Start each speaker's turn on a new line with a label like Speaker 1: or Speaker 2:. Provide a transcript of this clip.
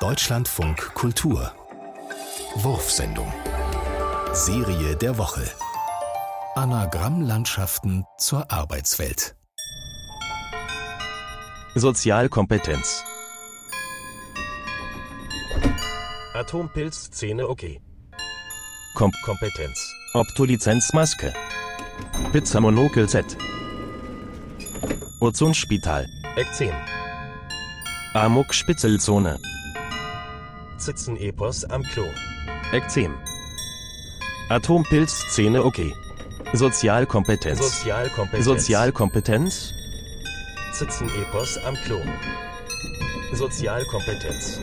Speaker 1: Deutschlandfunk Kultur. Wurfsendung. Serie der Woche. Anagrammlandschaften zur Arbeitswelt.
Speaker 2: Sozialkompetenz.
Speaker 3: Atompilz-Szene okay.
Speaker 2: Kom
Speaker 3: Kompetenz.
Speaker 2: Optolizenzmaske. Pizza Monokel Z. Ozonspital.
Speaker 3: Ekzem.
Speaker 2: Amok Spitzelzone.
Speaker 3: Zitzen-Epos am Klo.
Speaker 2: Ekzem. Atompilz-Szene okay. Sozialkompetenz.
Speaker 3: Sozialkompetenz.
Speaker 2: Sozialkompetenz?
Speaker 3: Zitzen-Epos am Klo. Sozialkompetenz.